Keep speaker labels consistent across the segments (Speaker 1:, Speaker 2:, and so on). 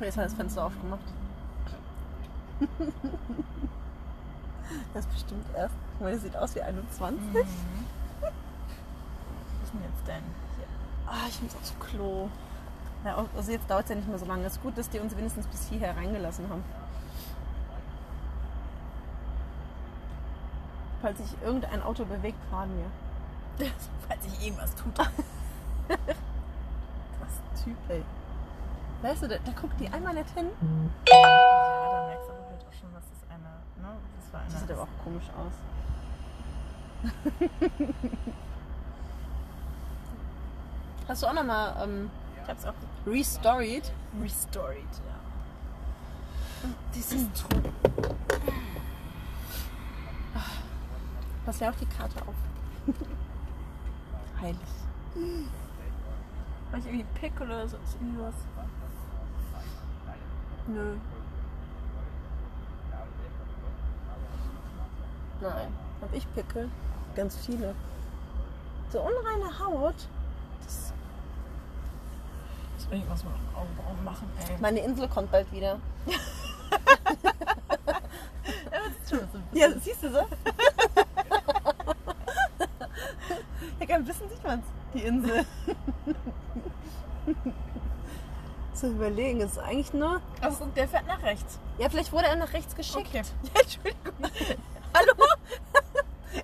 Speaker 1: Jetzt hat das Fenster aufgemacht. Das ist bestimmt erst. Guck mal, das sieht aus wie 21.
Speaker 2: Mhm. Was ist denn jetzt denn? Hier.
Speaker 1: Ah, ich muss aufs Klo. Na, au- also jetzt dauert es ja nicht mehr so lange. Es ist gut, dass die uns wenigstens bis hierher reingelassen haben. Falls sich irgendein Auto bewegt, fahren wir.
Speaker 2: Falls ich irgendwas tut.
Speaker 1: Das Typ, ey. Weißt du, da, da guckt die einmal nicht hin.
Speaker 2: Ja, da merkst du aber halt auch schon, was das eine. Ne? Das war eine.
Speaker 1: Das sieht aber auch komisch aus. Hast du auch nochmal ähm,
Speaker 2: Ich hab's auch
Speaker 1: restoried?
Speaker 2: restored, ja. Das ist true.
Speaker 1: Ah. Pass ja auf die Karte auf. Heilig.
Speaker 2: War ich irgendwie pick oder so? Ist irgendwie was?
Speaker 1: Nö. Nein. Hab ich Pickel? Ganz viele. So unreine Haut.
Speaker 2: Das ist irgendwas mit den Augenbrauen machen, ey.
Speaker 1: Meine Insel kommt bald wieder.
Speaker 2: Das ist so ein
Speaker 1: Ja, siehst du so? ja, kein bisschen sieht man's, die Insel. Zu überlegen, ist eigentlich nur.
Speaker 2: Also, der fährt nach rechts.
Speaker 1: Ja, vielleicht wurde er nach rechts geschickt.
Speaker 2: Okay.
Speaker 1: Ja, Entschuldigung. Hallo?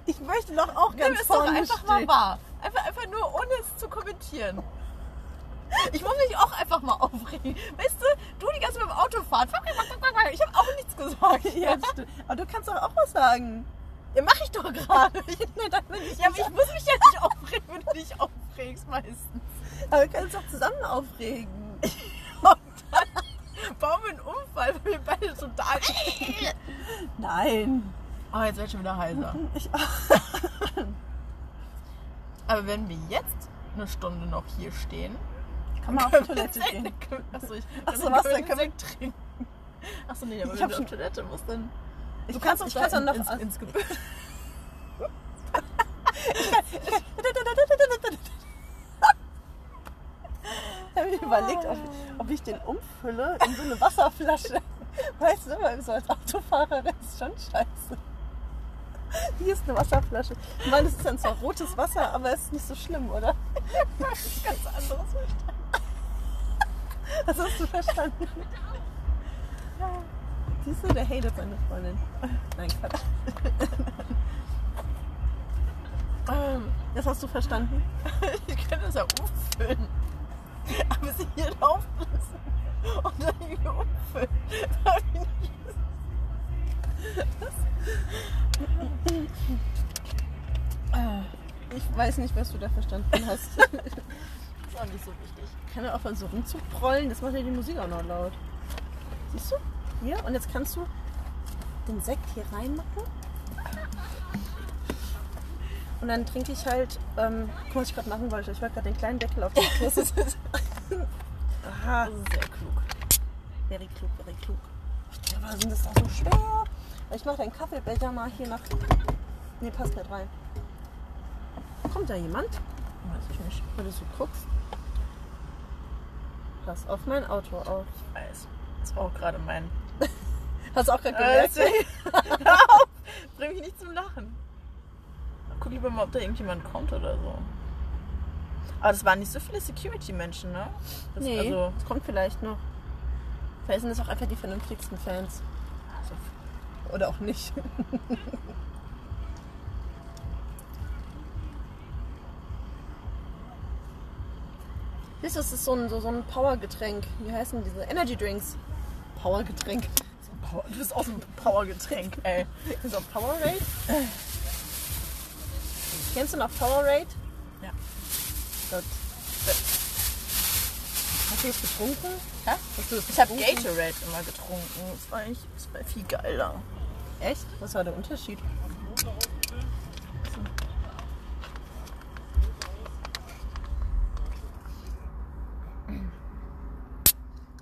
Speaker 1: Ich möchte doch auch
Speaker 2: Nimm
Speaker 1: ganz
Speaker 2: es doch
Speaker 1: vorne
Speaker 2: einfach mal
Speaker 1: stehen.
Speaker 2: wahr. Einfach, einfach nur, ohne es zu kommentieren. Ich muss mich auch einfach mal aufregen. Weißt du, du die ganze Zeit beim Autofahren. Ich habe auch nichts gesagt.
Speaker 1: Ja, stimmt. Aber du kannst doch auch was sagen.
Speaker 2: Ja, mach ich doch gerade.
Speaker 1: Na, dann bin ich
Speaker 2: Ja, aber ich muss mich ja nicht aufregen, wenn du dich aufregst meistens.
Speaker 1: aber wir können uns doch zusammen aufregen.
Speaker 2: Und dann bauen wir einen Unfall, weil wir beide total...
Speaker 1: Nein.
Speaker 2: Oh, jetzt wird schon wieder heiser.
Speaker 1: Ich,
Speaker 2: Aber wenn wir jetzt eine Stunde noch hier stehen...
Speaker 1: kann mal auf die Toilette gehen.
Speaker 2: Achso, ich,
Speaker 1: Achso, was, dann
Speaker 2: dann
Speaker 1: können
Speaker 2: können wir trinken. Achso, nee, aber
Speaker 1: Ich
Speaker 2: wenn
Speaker 1: hab
Speaker 2: du auf
Speaker 1: schon-
Speaker 2: Toilette musst, dann...
Speaker 1: Ich kann es
Speaker 2: ich kann's
Speaker 1: dann noch.
Speaker 2: ins, ins Gebüsch.
Speaker 1: Ich habe mir überlegt, ob ich, ob ich den umfülle in so eine Wasserflasche. Weißt du, weil so als Autofahrerin ist schon scheiße. Hier ist eine Wasserflasche. Ich meine, es ist dann zwar rotes Wasser, aber es ist nicht so schlimm, oder?
Speaker 2: Ganz anderes Verständnis.
Speaker 1: Das hast du verstanden. Siehst du, der hatet seine Freundin. Nein, Quatsch.
Speaker 2: Ähm,
Speaker 1: Das hast du verstanden.
Speaker 2: ich könnte das ja umfüllen. Aber sie hier drauflassen und dann irgendwie umfüllen. Weil ich nicht wissen.
Speaker 1: Ah, Ich weiß nicht, was du da verstanden hast.
Speaker 2: Das ist auch nicht so wichtig.
Speaker 1: Kann er aufhören, so rumzuprollen? Das macht ja die Musik auch noch laut. Siehst du? Hier, und jetzt kannst du den Sekt hier reinmachen. Und dann trinke ich halt, ähm, guck, was ich gerade machen wollte. Ich wollte gerade den kleinen Deckel auf den
Speaker 2: Das
Speaker 1: Kloß.
Speaker 2: ist, das ist
Speaker 1: Aha,
Speaker 2: sehr klug.
Speaker 1: very klug, very klug. Ja, warum sind das doch so schwer? Ich mache den Kaffeebecher mal hier nach. Nee, passt nicht rein. Kommt da jemand?
Speaker 2: Weiß ich nicht.
Speaker 1: Weil du so guckst. Pass auf mein Auto auf.
Speaker 2: Ich weiß. Das war auch gerade mein.
Speaker 1: Hast du auch gerade
Speaker 2: Äh,
Speaker 1: gemerkt?
Speaker 2: deswegen- Hör auf! Bring mich nicht zum Lachen. Guck lieber mal, ob da irgendjemand kommt oder so. Aber das waren nicht so viele Security-Menschen, ne? Das,
Speaker 1: Nee,
Speaker 2: Also,
Speaker 1: das kommt vielleicht noch. Vielleicht sind es auch einfach die vernünftigsten Fans. Also, Oder auch nicht. Siehst du, Das ist so ein, so, so ein Powergetränk. Wie heißen diese Energy Drinks? Powergetränk.
Speaker 2: Power- du bist auch so ein Power-Getränk, ey.
Speaker 1: Ist auch Powerade? Kennst du noch Powerade?
Speaker 2: Ja.
Speaker 1: Gott. Hast du das getrunken?
Speaker 2: Hä?
Speaker 1: Hast du das
Speaker 2: Ich habe
Speaker 1: getrunken?
Speaker 2: Gatorade immer getrunken. Das war, eigentlich, das war viel geiler.
Speaker 1: Echt? Was war der Unterschied?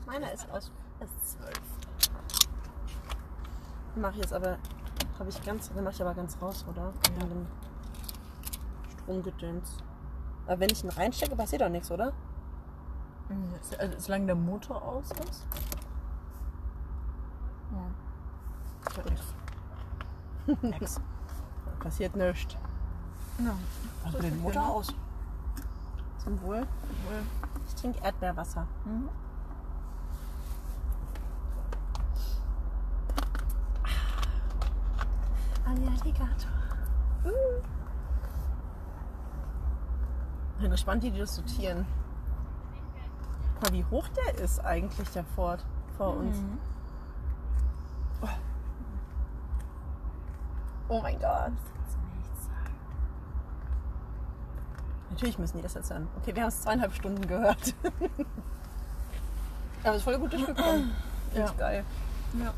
Speaker 1: Meiner ist aus.
Speaker 2: Das ist zwölf.
Speaker 1: Mach ich jetzt aber. Habe ich ganz. Den mach ich aber ganz raus, oder?
Speaker 2: Ja.
Speaker 1: Mit dem Stromgedöns. Aber wenn ich ihn reinstecke, passiert doch nichts, oder?
Speaker 2: Also, solange der Motor aus ist. Ja. Ich hab nichts. Nix.
Speaker 1: Passiert nichts.
Speaker 2: Ja.
Speaker 1: Mach
Speaker 2: den Motor
Speaker 1: aus. Zum Wohl.
Speaker 2: Wohl.
Speaker 1: Ich trinke Erdbeerwasser.
Speaker 2: Mhm.
Speaker 1: Ah. Arigato. Hm. Bin gespannt, wie die das sortieren. Guck mal, wie hoch der ist eigentlich, der Ford vor uns.
Speaker 2: Mhm.
Speaker 1: Oh mein Gott. Natürlich müssen die das jetzt hören. Okay, wir haben es zweieinhalb Stunden gehört. Aber es ist voll gut durchgekommen. Finde
Speaker 2: Ja.
Speaker 1: ich geil.
Speaker 2: Ja.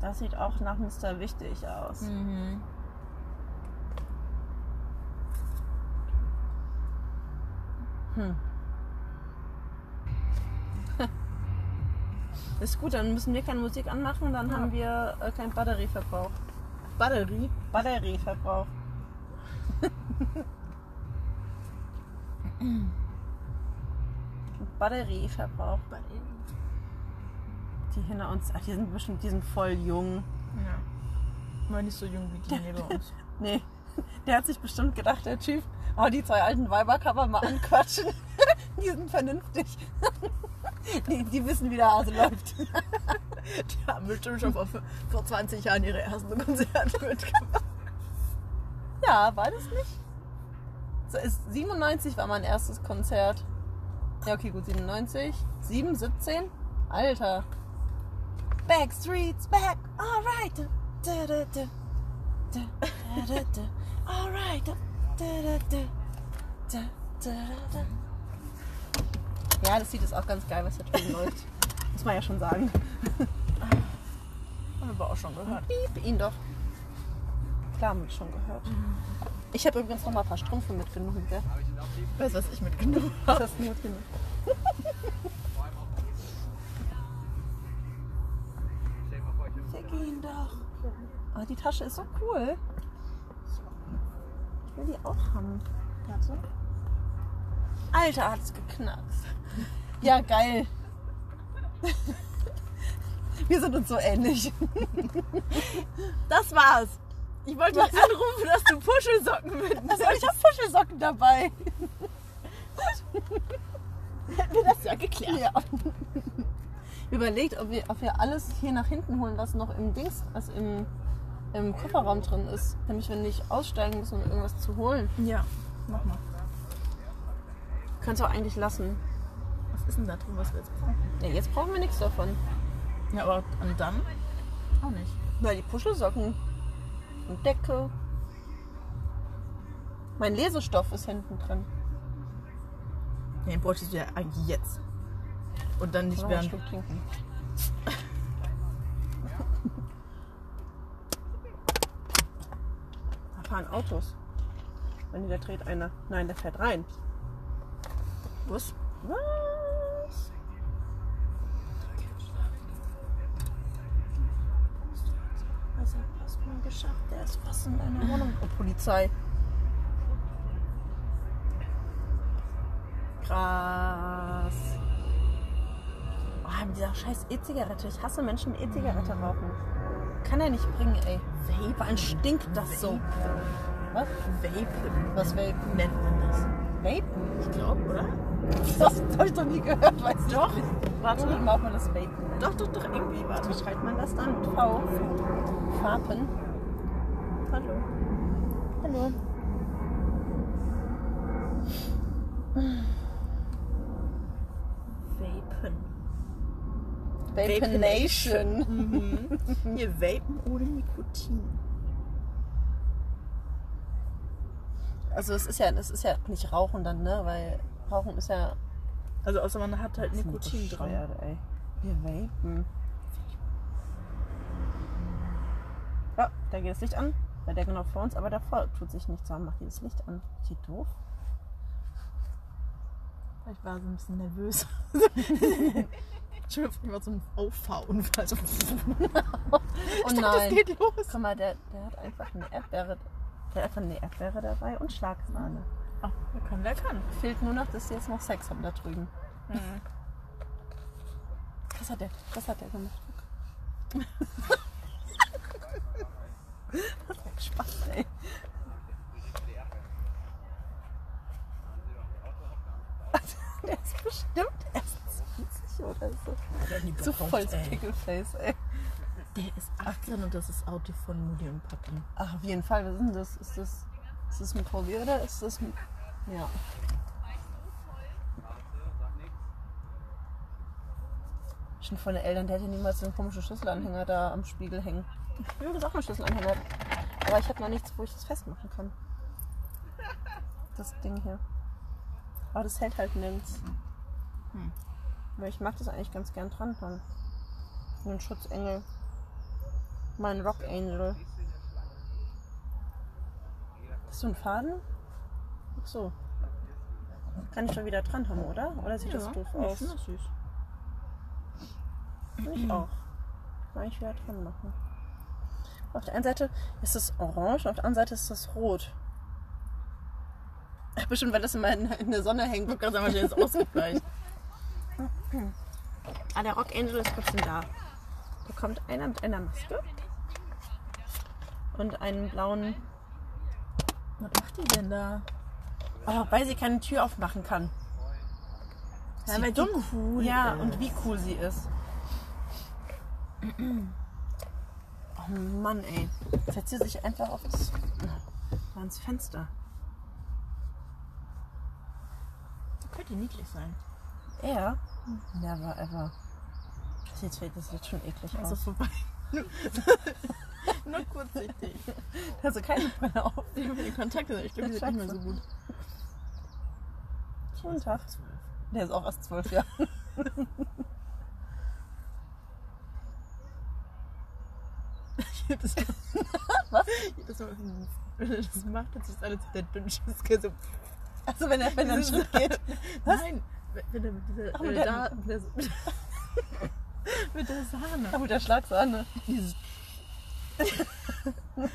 Speaker 1: Das sieht auch nach Mr. Wichtig aus.
Speaker 2: Mhm.
Speaker 1: Hm. Ist gut, dann müssen wir keine Musik anmachen, dann
Speaker 2: Ja.
Speaker 1: haben wir äh, keinen Batterieverbrauch.
Speaker 2: Batterie?
Speaker 1: Batterieverbrauch. Batterieverbrauch.
Speaker 2: Batterie.
Speaker 1: Die hinter uns, ach, die sind bestimmt, die sind voll jung.
Speaker 2: Ja. Mal nicht so jung wie die neben uns.
Speaker 1: Nee, der hat sich bestimmt gedacht, der Typ, oh, die zwei alten Weiber kann man mal anquatschen. Die sind vernünftig. Die, die wissen, wie der Hase läuft.
Speaker 2: Die haben bestimmt schon vor, vor 20 Jahren ihre ersten Konzerte mitgemacht.
Speaker 1: Ja, war das nicht? So ist 97 war mein erstes Konzert. Ja, okay, gut, 97. 7, 17? Alter. Backstreets back, alright. Da, da, da. Da, da, da, da. Alright. Da, da, da. Da, da, da, da. Ja, das Lied ist auch ganz geil, was da drüben läuft. Muss man ja schon sagen.
Speaker 2: Haben wir auch schon gehört.
Speaker 1: Piep ihn doch. Klar, haben wir schon gehört. Ich habe übrigens noch mal ein paar Strümpfe mitgenommen, gell?
Speaker 2: Weißt du, was ich mitgenommen habe?
Speaker 1: Das ist Mut genug. Fick ihn doch. Aber die Tasche ist so cool. Ich will die auch haben. Alter, hat's geknackst. Ja, geil. Wir sind uns so ähnlich.
Speaker 2: Das war's. Ich wollte dich anrufen, dass du Puschelsocken mitnimmst.
Speaker 1: Also, ich habe Puschelsocken dabei.
Speaker 2: Hätten wir das ja geklärt.
Speaker 1: Ja. Überlegt, ob wir, ob wir alles hier nach hinten holen, was noch im Dings, was im, im Kofferraum drin ist. Damit wir nicht aussteigen müssen, um irgendwas zu holen.
Speaker 2: Ja, mach mal.
Speaker 1: Könntest du auch eigentlich lassen.
Speaker 2: Was ist denn da drin, was wir jetzt brauchen?
Speaker 1: Ja, jetzt brauchen wir nichts davon.
Speaker 2: Ja, aber und dann? Auch nicht.
Speaker 1: Na, die Puschelsocken und Decke. Mein Lesestoff ist hinten drin.
Speaker 2: Nee, den bräuchtest du ja eigentlich jetzt. Und dann nicht
Speaker 1: Wollen wir einen
Speaker 2: während.
Speaker 1: Schluck trinken. Da fahren Autos. Wenn da dreht einer. Nein, der fährt rein.
Speaker 2: Was?
Speaker 1: Was? Also fast mal geschafft, der ist fast in deiner Wohnung. Oh, Polizei. Krass. Oh, mit dieser scheiß E-Zigarette. Ich hasse Menschen, die E-Zigarette rauchen. Kann er nicht bringen, ey. Vape, stinkt das so. Was?
Speaker 2: Vapen.
Speaker 1: Was Vape?
Speaker 2: Nennt man das?
Speaker 1: Vapen?
Speaker 2: Ich glaube, oder?
Speaker 1: Das habe ich doch nie gehört, weißt du?
Speaker 2: Doch.
Speaker 1: Warte,
Speaker 2: Oder?
Speaker 1: dann machen wir das Vapen.
Speaker 2: Doch, doch, doch, irgendwie. Warte.
Speaker 1: Wie schreibt man das dann? Mit V. Farben.
Speaker 2: Hallo.
Speaker 1: Hallo.
Speaker 2: Vapen.
Speaker 1: Vapen Nation.
Speaker 2: Mhm. Wir vapen ohne Nikotin.
Speaker 1: Also es ist ja, es ist ja nicht Rauchen dann, ne? Weil Rauchen ist ja
Speaker 2: Also außer man hat halt Nikotin drin.
Speaker 1: Bescheuert, ey. Wir vapen. Ja, da geht das Licht an. Weil der genau vor uns, aber davor tut sich nichts. Warum macht ihr das Licht an? Ist die doof?
Speaker 2: Ich war so ein bisschen nervös. Entschuldigung, ich war so ein Auffahrunfall. So,
Speaker 1: Oh
Speaker 2: dachte,
Speaker 1: nein.
Speaker 2: es geht los.
Speaker 1: Guck mal, der, der hat einfach eine Erdbeere. Der hat einfach eine Erdbeere dabei und Schlagsahne.
Speaker 2: Ah, okay. kann, wer kann.
Speaker 1: Fehlt nur noch, dass sie jetzt noch Sex haben da drüben.
Speaker 2: Mhm.
Speaker 1: Das hat er, das hat er gemacht. das hat Spaß, ey. Der ist bestimmt erst 20 oder so. So voll Pickelface, ey.
Speaker 2: Der ist 18 und das ist Auto von Mutti und Papi.
Speaker 1: Ach, auf jeden Fall, was ist denn das? Ist das, ist das ein VW oder ist das ein. Ja. Schon von den Eltern, der hätte niemals den komischen Schlüsselanhänger da am Spiegel hängen. Ich will das auch einen Schlüsselanhänger. Aber ich habe noch nichts, wo ich das festmachen kann. Das Ding hier. Aber das hält halt nirgends.
Speaker 2: Hm.
Speaker 1: Weil ich mag das eigentlich ganz gern dran haben. So ein Schutzengel. Mein Rock Angel. Hast du einen Faden? Ach so. Kann ich schon wieder dran haben, oder? Oder sieht das doof aus?
Speaker 2: Das süß.
Speaker 1: Ich auch. Kann ich wieder dran machen. Auf der einen Seite ist es orange, auf der anderen Seite ist es rot. Ach, Bestimmt, weil das immer in, in der Sonne hängt, wird gerade sagen, der ist ausgebleicht. ah, der Rock Angel ist trotzdem da. Da kommt einer mit einer Maske und einem blauen.
Speaker 2: Was macht die denn da?
Speaker 1: Oh, weil sie keine Tür aufmachen kann.
Speaker 2: Ja, weil die cool Äh,
Speaker 1: ja,
Speaker 2: ist.
Speaker 1: und wie cool sie ist. Oh Mann, ey. Setzt sie sich einfach auf das, ans Fenster.
Speaker 2: Da könnte niedlich sein.
Speaker 1: Er? Never ever. Das jetzt fällt das jetzt schon eklig aus.
Speaker 2: Also vorbei. Nur kurzsichtig.
Speaker 1: hast du also keine Brille auf?
Speaker 2: Die Kontakte, ich glaube, die sind nicht mehr so gut.
Speaker 1: Guten Tag. Der ist auch erst zwölf Jahre.
Speaker 2: Jedes Mal.
Speaker 1: Was?
Speaker 2: Jedes Mal, wenn er das macht, hat sich das alles der dünne Schuss so.
Speaker 1: Also wenn er, wenn er einen Schritt geht.
Speaker 2: Nein, wenn er mit dieser.
Speaker 1: Ach, mit
Speaker 2: äh,
Speaker 1: der-
Speaker 2: da, mit, der mit der Sahne.
Speaker 1: Ja, ne? mit der Schlagsahne. Dieses-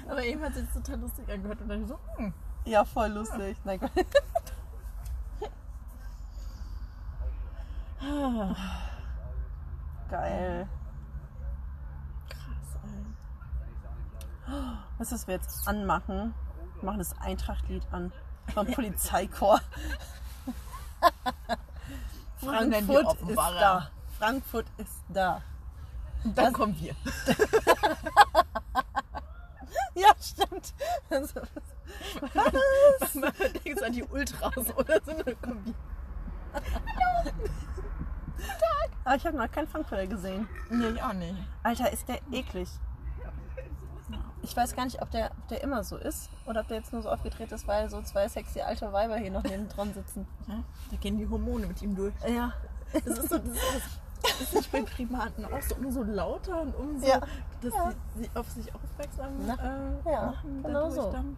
Speaker 2: Aber eben hat sich das total lustig angehört und dann so, hm.
Speaker 1: Ja, voll lustig. Nein, Gott. Geil.
Speaker 2: Krass, ey.
Speaker 1: Weißt du, was wir jetzt anmachen? Wir machen das Eintrachtlied an. Vom Polizeikorps.
Speaker 2: Fragen dann die
Speaker 1: Frankfurt ist
Speaker 2: Offenbarer.
Speaker 1: da. Frankfurt ist da.
Speaker 2: Und dann kommen wir.
Speaker 1: Ja, stimmt. Also,
Speaker 2: Man denkt an die Ultras oder so, dann kommen wir.
Speaker 1: aber Ah, ich habe noch keinen Frankfurter gesehen.
Speaker 2: Nee, ich auch nicht.
Speaker 1: Alter, ist der eklig. Ich weiß gar nicht, ob der, ob der immer so ist oder ob der jetzt nur so aufgedreht ist, weil so zwei sexy alte Weiber hier noch neben dran sitzen.
Speaker 2: Ja, Da gehen die Hormone mit ihm durch.
Speaker 1: Ja.
Speaker 2: Das ist so, das ist, das ist nicht bei Primaten auch so, umso lauter und umso,
Speaker 1: Ja.
Speaker 2: dass
Speaker 1: Ja.
Speaker 2: sie, sie auf sich aufmerksam
Speaker 1: Na,
Speaker 2: äh,
Speaker 1: ja,
Speaker 2: machen.
Speaker 1: genau
Speaker 2: dadurch
Speaker 1: so.
Speaker 2: Dann.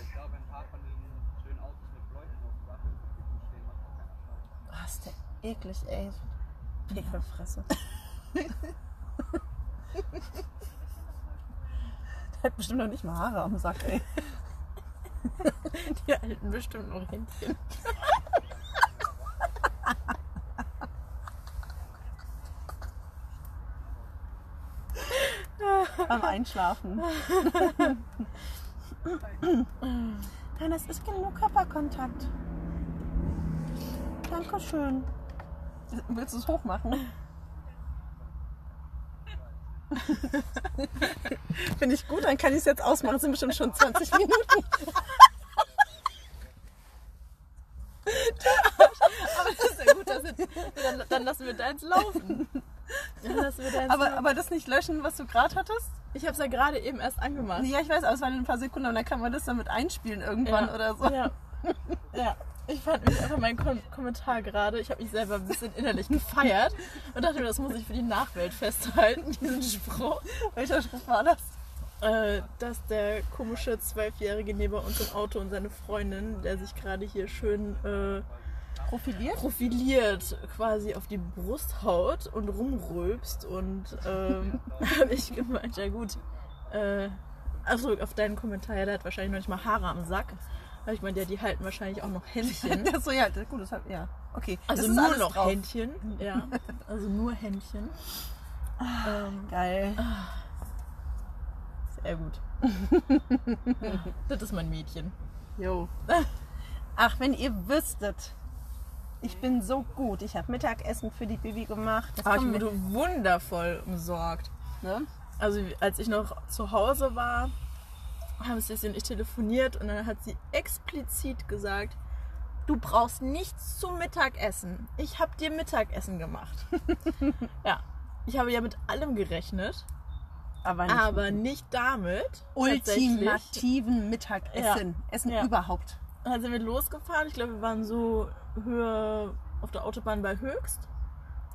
Speaker 3: Ich glaube, ein paar von diesen schönen Autos mit Leuchten auf dem Waffen stehen, macht auch keiner
Speaker 1: Oh,
Speaker 3: Spaß.
Speaker 1: ist der eklig, ey. Pekelfresse. der hat bestimmt noch nicht mal Haare am Sack, ey.
Speaker 2: Die halten bestimmt noch Händchen.
Speaker 1: Am Einschlafen. Nein, das ist genug Körperkontakt. Dankeschön. Willst du es hochmachen? Finde ich gut, dann kann ich es jetzt ausmachen. Es sind bestimmt schon 20 Minuten.
Speaker 2: Aber das ist ja gut, dass wir, dann, dann lassen wir deins laufen. Dann lassen wir deins
Speaker 1: Aber,
Speaker 2: laufen.
Speaker 1: aber das nicht löschen, was du gerade hattest?
Speaker 2: ich habe es ja gerade eben erst angemacht.
Speaker 1: Ja, ich weiß, aber es waren ein paar Sekunden und dann kann man das damit einspielen irgendwann
Speaker 2: Ja.
Speaker 1: oder so.
Speaker 2: Ja. ja. Ich fand mich einfach meinen Kom Kommentar gerade, ich habe mich selber ein bisschen innerlich gefeiert und dachte mir, das muss ich für die Nachwelt festhalten, diesen Spruch,
Speaker 1: Welcher Spruch war das?
Speaker 2: äh, dass der komische Zwölfjährige neben uns im Auto und seine Freundin, der sich gerade hier schön äh,
Speaker 1: Profiliert?
Speaker 2: profiliert quasi auf die Brust haut und rumrülpst und ähm, habe ich gemeint, ja gut, äh, achso, auf deinen Kommentar, ja, der hat wahrscheinlich noch nicht mal Haare am Sack. Ich meine, ja, die halten wahrscheinlich auch noch Händchen.
Speaker 1: Ja, so, ja, gut, das hat, ja. Okay.
Speaker 2: Also
Speaker 1: das ist
Speaker 2: nur
Speaker 1: alles
Speaker 2: noch
Speaker 1: drauf.
Speaker 2: Händchen. Ja. Also nur Händchen. ähm,
Speaker 1: Geil.
Speaker 2: sehr gut. das ist mein Mädchen.
Speaker 1: Jo. Ach, wenn ihr wüsstet. Ich bin so gut. Ich habe Mittagessen für die Bibi gemacht. Das
Speaker 2: Aber Ah, ich
Speaker 1: kommen wir-
Speaker 2: wurde wundervoll umsorgt.
Speaker 1: ne?
Speaker 2: Also als ich noch zu Hause war, haben Sissi und ich telefoniert und dann hat sie explizit gesagt, du brauchst nichts zum Mittagessen. Ich habe dir Mittagessen gemacht. ja, ich habe ja mit allem gerechnet,
Speaker 1: Aber nicht
Speaker 2: aber nicht damit. Tatsächlich.
Speaker 1: ultimativen Mittagessen. Essen
Speaker 2: Ja.
Speaker 1: überhaupt.
Speaker 2: Und Dann sind wir losgefahren. Ich glaube, wir waren so Höhe auf der Autobahn bei Höchst.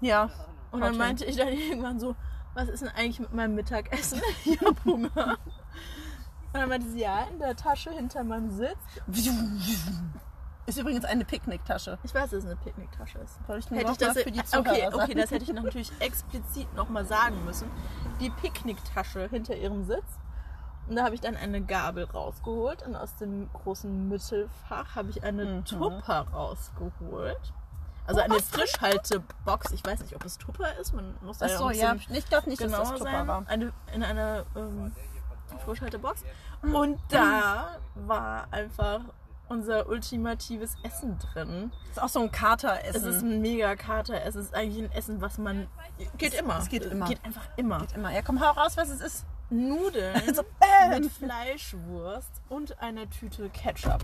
Speaker 1: Ja.
Speaker 2: Und dann
Speaker 1: Okay.
Speaker 2: meinte ich dann irgendwann so, was ist denn eigentlich mit meinem Mittagessen? Ich hab Hunger. Und dann meinte sie, ja, in der Tasche hinter meinem Sitz.
Speaker 1: Ist übrigens eine Picknicktasche.
Speaker 2: Ich weiß, dass es eine Picknicktasche ist.
Speaker 1: Soll ich nur
Speaker 2: Hätte
Speaker 1: noch
Speaker 2: ich das,
Speaker 1: mal für die Zuhörer
Speaker 2: okay, okay,
Speaker 1: sagen?
Speaker 2: das hätte ich natürlich explizit nochmal sagen müssen. Die Picknicktasche hinter ihrem Sitz. Und da habe ich dann eine Gabel rausgeholt und aus dem großen Mittelfach habe ich eine
Speaker 1: Mhm. Oh,
Speaker 2: Tupper rausgeholt. Also eine Frischhaltebox. Ich weiß nicht, ob es Tupper ist. Man muss da
Speaker 1: Ach so,
Speaker 2: ein
Speaker 1: ja.
Speaker 2: bisschen
Speaker 1: Ich glaube nicht,
Speaker 2: genau
Speaker 1: dass das Tupper
Speaker 2: sein.
Speaker 1: war.
Speaker 2: Eine, in einer ähm, Frischhaltebox.
Speaker 1: Mhm.
Speaker 2: Und da war einfach unser ultimatives Essen drin.
Speaker 1: Das ist auch so ein Kateressen.
Speaker 2: Es ist ein mega Kater. Es ist eigentlich ein Essen, was man. Geht immer.
Speaker 1: es geht Also, immer.
Speaker 2: Geht einfach immer.
Speaker 1: immer. Ja, komm, hau raus, was es ist.
Speaker 2: Nudeln
Speaker 1: So, bam.
Speaker 2: mit Fleischwurst und einer Tüte Ketchup.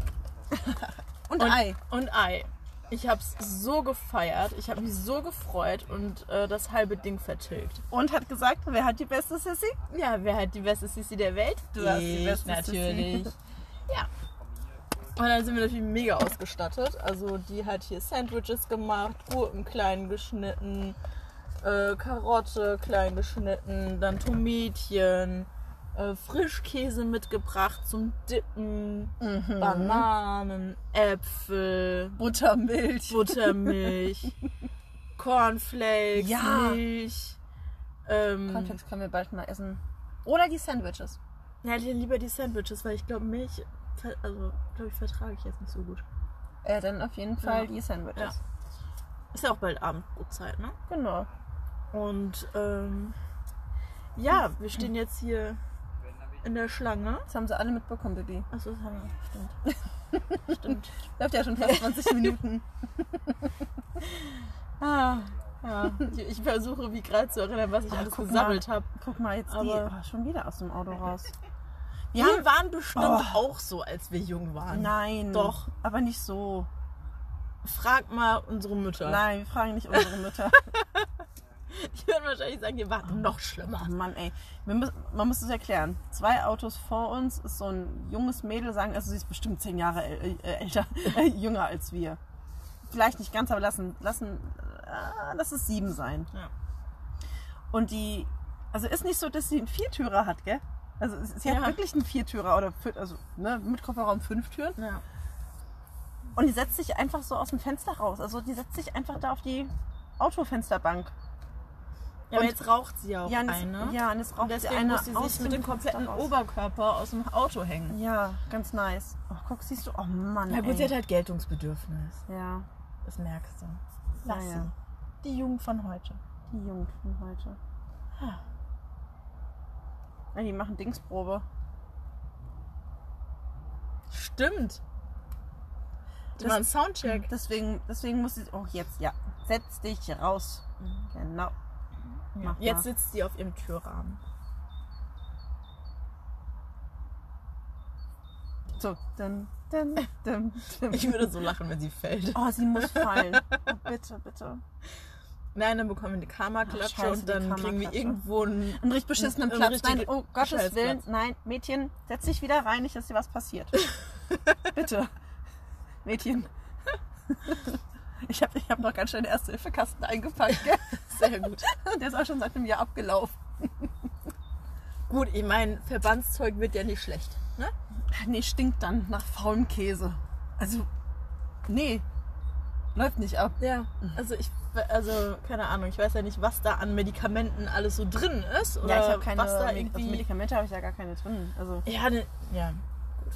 Speaker 1: Und, Ei.
Speaker 2: Und Ei. Ich hab's so gefeiert. Ich hab mich so gefreut und äh, das halbe Ding vertilgt.
Speaker 1: Und hat gesagt, wer hat die beste Sissy?
Speaker 2: Ja, wer hat die beste Sissi der Welt?
Speaker 1: Du hast die beste
Speaker 2: natürlich. Ja. Und dann sind wir natürlich mega ausgestattet. Also die hat hier Sandwiches gemacht, Gurken klein geschnitten, äh, Karotte klein geschnitten, dann Tomätchen, äh, Frischkäse mitgebracht zum Dippen,
Speaker 1: Mhm.
Speaker 2: Bananen, Äpfel,
Speaker 1: Buttermilch.
Speaker 2: Buttermilch, Cornflakes,
Speaker 1: Ja.
Speaker 2: Milch. Ähm,
Speaker 1: Cornflakes können wir bald mal essen. Oder die Sandwiches.
Speaker 2: Ja, li- lieber die Sandwiches, weil ich glaube, Milch, ver- also glaube ich, vertrage ich jetzt nicht so gut.
Speaker 1: Äh, dann auf jeden Fall
Speaker 2: Ja.
Speaker 1: die Sandwiches.
Speaker 2: Ist ja auch bald Abendbrotzeit, ne?
Speaker 1: Genau.
Speaker 2: Und ähm, ja, wir stehen jetzt hier in der Schlange.
Speaker 1: Das haben sie alle mitbekommen, Bibi.
Speaker 2: Achso, das haben wir. Stimmt. Stimmt.
Speaker 1: Läuft ja schon fast 20 Minuten.
Speaker 2: Ah, ja. Ich, ich versuche, wie gerade zu erinnern, was ich
Speaker 1: Ach,
Speaker 2: alles
Speaker 1: guck
Speaker 2: gesammelt habe.
Speaker 1: Guck mal, jetzt
Speaker 2: Aber-
Speaker 1: die. Oh, schon wieder aus dem Auto raus.
Speaker 2: Wir
Speaker 1: Ja.
Speaker 2: waren bestimmt auch so, als wir jung waren.
Speaker 1: Nein.
Speaker 2: Doch.
Speaker 1: Aber nicht so.
Speaker 2: Frag mal unsere Mütter.
Speaker 1: Nein, wir fragen nicht unsere Mütter.
Speaker 2: Die werden wahrscheinlich sagen, wir waren noch schlimmer.
Speaker 1: Mann, ey. Wir müssen, man muss es erklären. Zwei Autos vor uns ist so ein junges Mädel, sagen, also sie ist bestimmt zehn Jahre äl- äh, älter, äh, jünger als wir. Vielleicht nicht ganz, aber lassen, lassen, äh, lass es sieben sein.
Speaker 2: Ja.
Speaker 1: Und die, also ist nicht so, dass sie einen Viertürer hat, gell? Also sie sie
Speaker 2: Ja.
Speaker 1: hat wirklich einen Viertürer oder vier, also ne, mit Kofferraum fünf Türen.
Speaker 2: Ja.
Speaker 1: Und die setzt sich einfach so aus dem Fenster raus. Also die setzt sich einfach da auf die Autofensterbank.
Speaker 2: Ja, aber
Speaker 1: Und-
Speaker 2: jetzt raucht sie ja auch ne?
Speaker 1: und es-
Speaker 2: eine.
Speaker 1: ja, und es raucht
Speaker 2: Und deswegen
Speaker 1: eine
Speaker 2: muss sie
Speaker 1: aus
Speaker 2: sich mit dem kompletten
Speaker 1: Fenster raus.
Speaker 2: Oberkörper aus dem Auto hängen.
Speaker 1: Ja, ganz nice. Oh, guck, siehst du, oh Mann.
Speaker 2: Na gut,
Speaker 1: ey.
Speaker 2: sie hat halt Geltungsbedürfnis.
Speaker 1: Ja,
Speaker 2: Das merkst du.
Speaker 1: Ja,
Speaker 2: Lass
Speaker 1: ja.
Speaker 2: sie. Die Jugend von heute.
Speaker 1: die Jungen von heute.
Speaker 2: Ah.
Speaker 1: Ja, die machen Dingsprobe.
Speaker 2: Stimmt. Das
Speaker 1: Das-
Speaker 2: war ein Soundcheck.
Speaker 1: Deswegen, deswegen muss sie. Oh, jetzt, ja. Setz dich raus. Genau. Mach
Speaker 2: Jetzt
Speaker 1: mal.
Speaker 2: sitzt sie auf ihrem Türrahmen.
Speaker 1: So. Dun, dun, dun, dun.
Speaker 2: Ich würde so lachen, wenn sie fällt.
Speaker 1: Oh, sie muss fallen. Oh, bitte, bitte.
Speaker 2: Nein, dann bekommen wir eine
Speaker 1: Ach,
Speaker 2: Karma-Klatsche
Speaker 1: scheiße,
Speaker 2: und dann
Speaker 1: die
Speaker 2: kriegen wir
Speaker 1: Karma-Klatsche.
Speaker 2: irgendwo einen.
Speaker 1: Einen richtig beschissenen
Speaker 2: Einen
Speaker 1: Platz.
Speaker 2: richtig
Speaker 1: Nein, oh Gottes
Speaker 2: scheiß
Speaker 1: Willen.
Speaker 2: Platz.
Speaker 1: Nein, Mädchen, setz dich wieder rein, nicht, dass dir was passiert. Bitte. Mädchen. Ich habe ich hab noch ganz schnell den Erste-Hilfe-Kasten eingepackt. Gell?
Speaker 2: Sehr gut.
Speaker 1: Der ist auch schon seit einem Jahr abgelaufen.
Speaker 2: gut, ich meine, Verbandszeug wird ja nicht schlecht. Ne?
Speaker 1: Nee, stinkt dann nach faulem Käse. Also, nee. Läuft nicht ab. Mhm.
Speaker 2: Ja, also ich, also keine Ahnung, ich weiß ja nicht, was da an Medikamenten alles so drin ist oder was da
Speaker 1: Medi- also
Speaker 2: irgendwie. ne,
Speaker 1: Medikamente habe ich ja gar keine drin. Also,
Speaker 2: Ja, ne, ja, gut.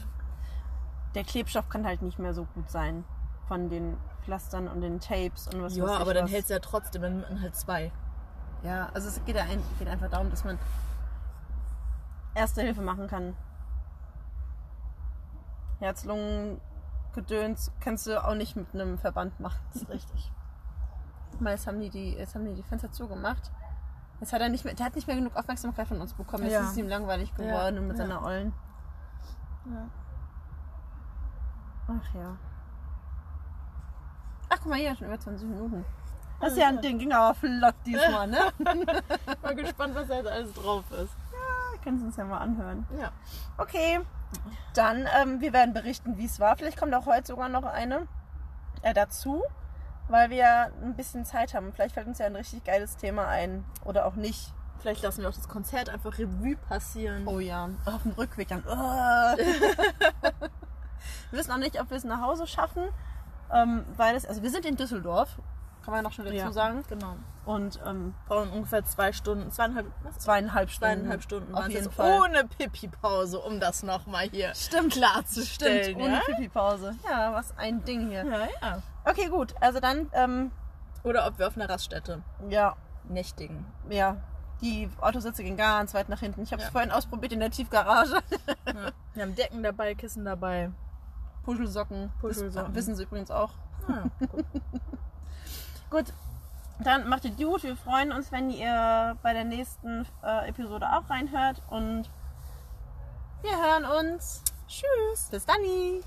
Speaker 1: der Klebstoff kann halt nicht mehr so gut sein von den Pflastern und den Tapes und was
Speaker 2: Ja,
Speaker 1: weiß ich
Speaker 2: aber dann
Speaker 1: was.
Speaker 2: hältst du ja trotzdem, dann nimmt man halt zwei.
Speaker 1: Ja, also es geht, ja ein, geht einfach darum, dass man Erste Hilfe machen kann. Herz, Lungen, Gedöns kannst du auch nicht mit einem Verband machen. Das ist richtig. Weil jetzt haben die die, jetzt haben die, die Fenster zugemacht. Jetzt hat er nicht mehr, der hat nicht mehr genug Aufmerksamkeit von uns bekommen. Jetzt
Speaker 2: Ja.
Speaker 1: ist es ihm langweilig
Speaker 2: Ja,
Speaker 1: geworden und mit
Speaker 2: ja.
Speaker 1: seiner Ollen.
Speaker 2: Ja.
Speaker 1: Ach ja. Ach, guck mal hier, schon über 20 Minuten. Das ist ja ein Ding, ging aber flott diesmal, ne?
Speaker 2: Ich bin gespannt, was da jetzt alles drauf ist.
Speaker 1: Können Sie uns ja mal anhören.
Speaker 2: Ja.
Speaker 1: Okay, dann, ähm, wir werden berichten, wie es war. Vielleicht kommt auch heute sogar noch eine äh, dazu, weil wir ein bisschen Zeit haben. Vielleicht fällt uns ja ein richtig geiles Thema ein oder auch nicht. Oh
Speaker 2: Vielleicht lassen wir auch das Konzert einfach Revue passieren.
Speaker 1: ja, auf dem Rückweg dann. äh. wir wissen auch nicht, ob wir es nach Hause schaffen, ähm, weil es, also wir sind in Düsseldorf, kann man noch schnell dazu
Speaker 2: Ja.
Speaker 1: sagen.
Speaker 2: Genau.
Speaker 1: Und ähm,
Speaker 2: Brauchen ungefähr zwei Stunden, zweieinhalb, was?
Speaker 1: zweieinhalb Stunden.
Speaker 2: zweieinhalb Stunden
Speaker 1: auf
Speaker 2: waren es
Speaker 1: jeden
Speaker 2: jetzt
Speaker 1: Fall.
Speaker 2: ohne Pipi-Pause, um das nochmal hier
Speaker 1: Stimmt,
Speaker 2: klarzustellen.
Speaker 1: Stimmt, ohne Pipi-Pause. Ja, was ein Ding hier.
Speaker 2: ja? ja, ja.
Speaker 1: Okay, gut. Also dann, ähm,
Speaker 2: Oder ob wir auf einer Raststätte
Speaker 1: ja,
Speaker 2: nächtigen.
Speaker 1: ja. Die Autositze gehen ganz weit nach hinten. Ich habe es
Speaker 2: Ja.
Speaker 1: vorhin ausprobiert in der Tiefgarage.
Speaker 2: Ja. Wir haben Decken dabei, Kissen dabei.
Speaker 1: Puschelsocken.
Speaker 2: Puschelsocken. Ah,
Speaker 1: Das wissen sie übrigens auch.
Speaker 2: Ja, gut.
Speaker 1: Gut, dann macht ihr gut. Wir freuen uns, wenn ihr bei der nächsten äh, Episode auch reinhört. Und wir hören uns. Tschüss. Bis dann.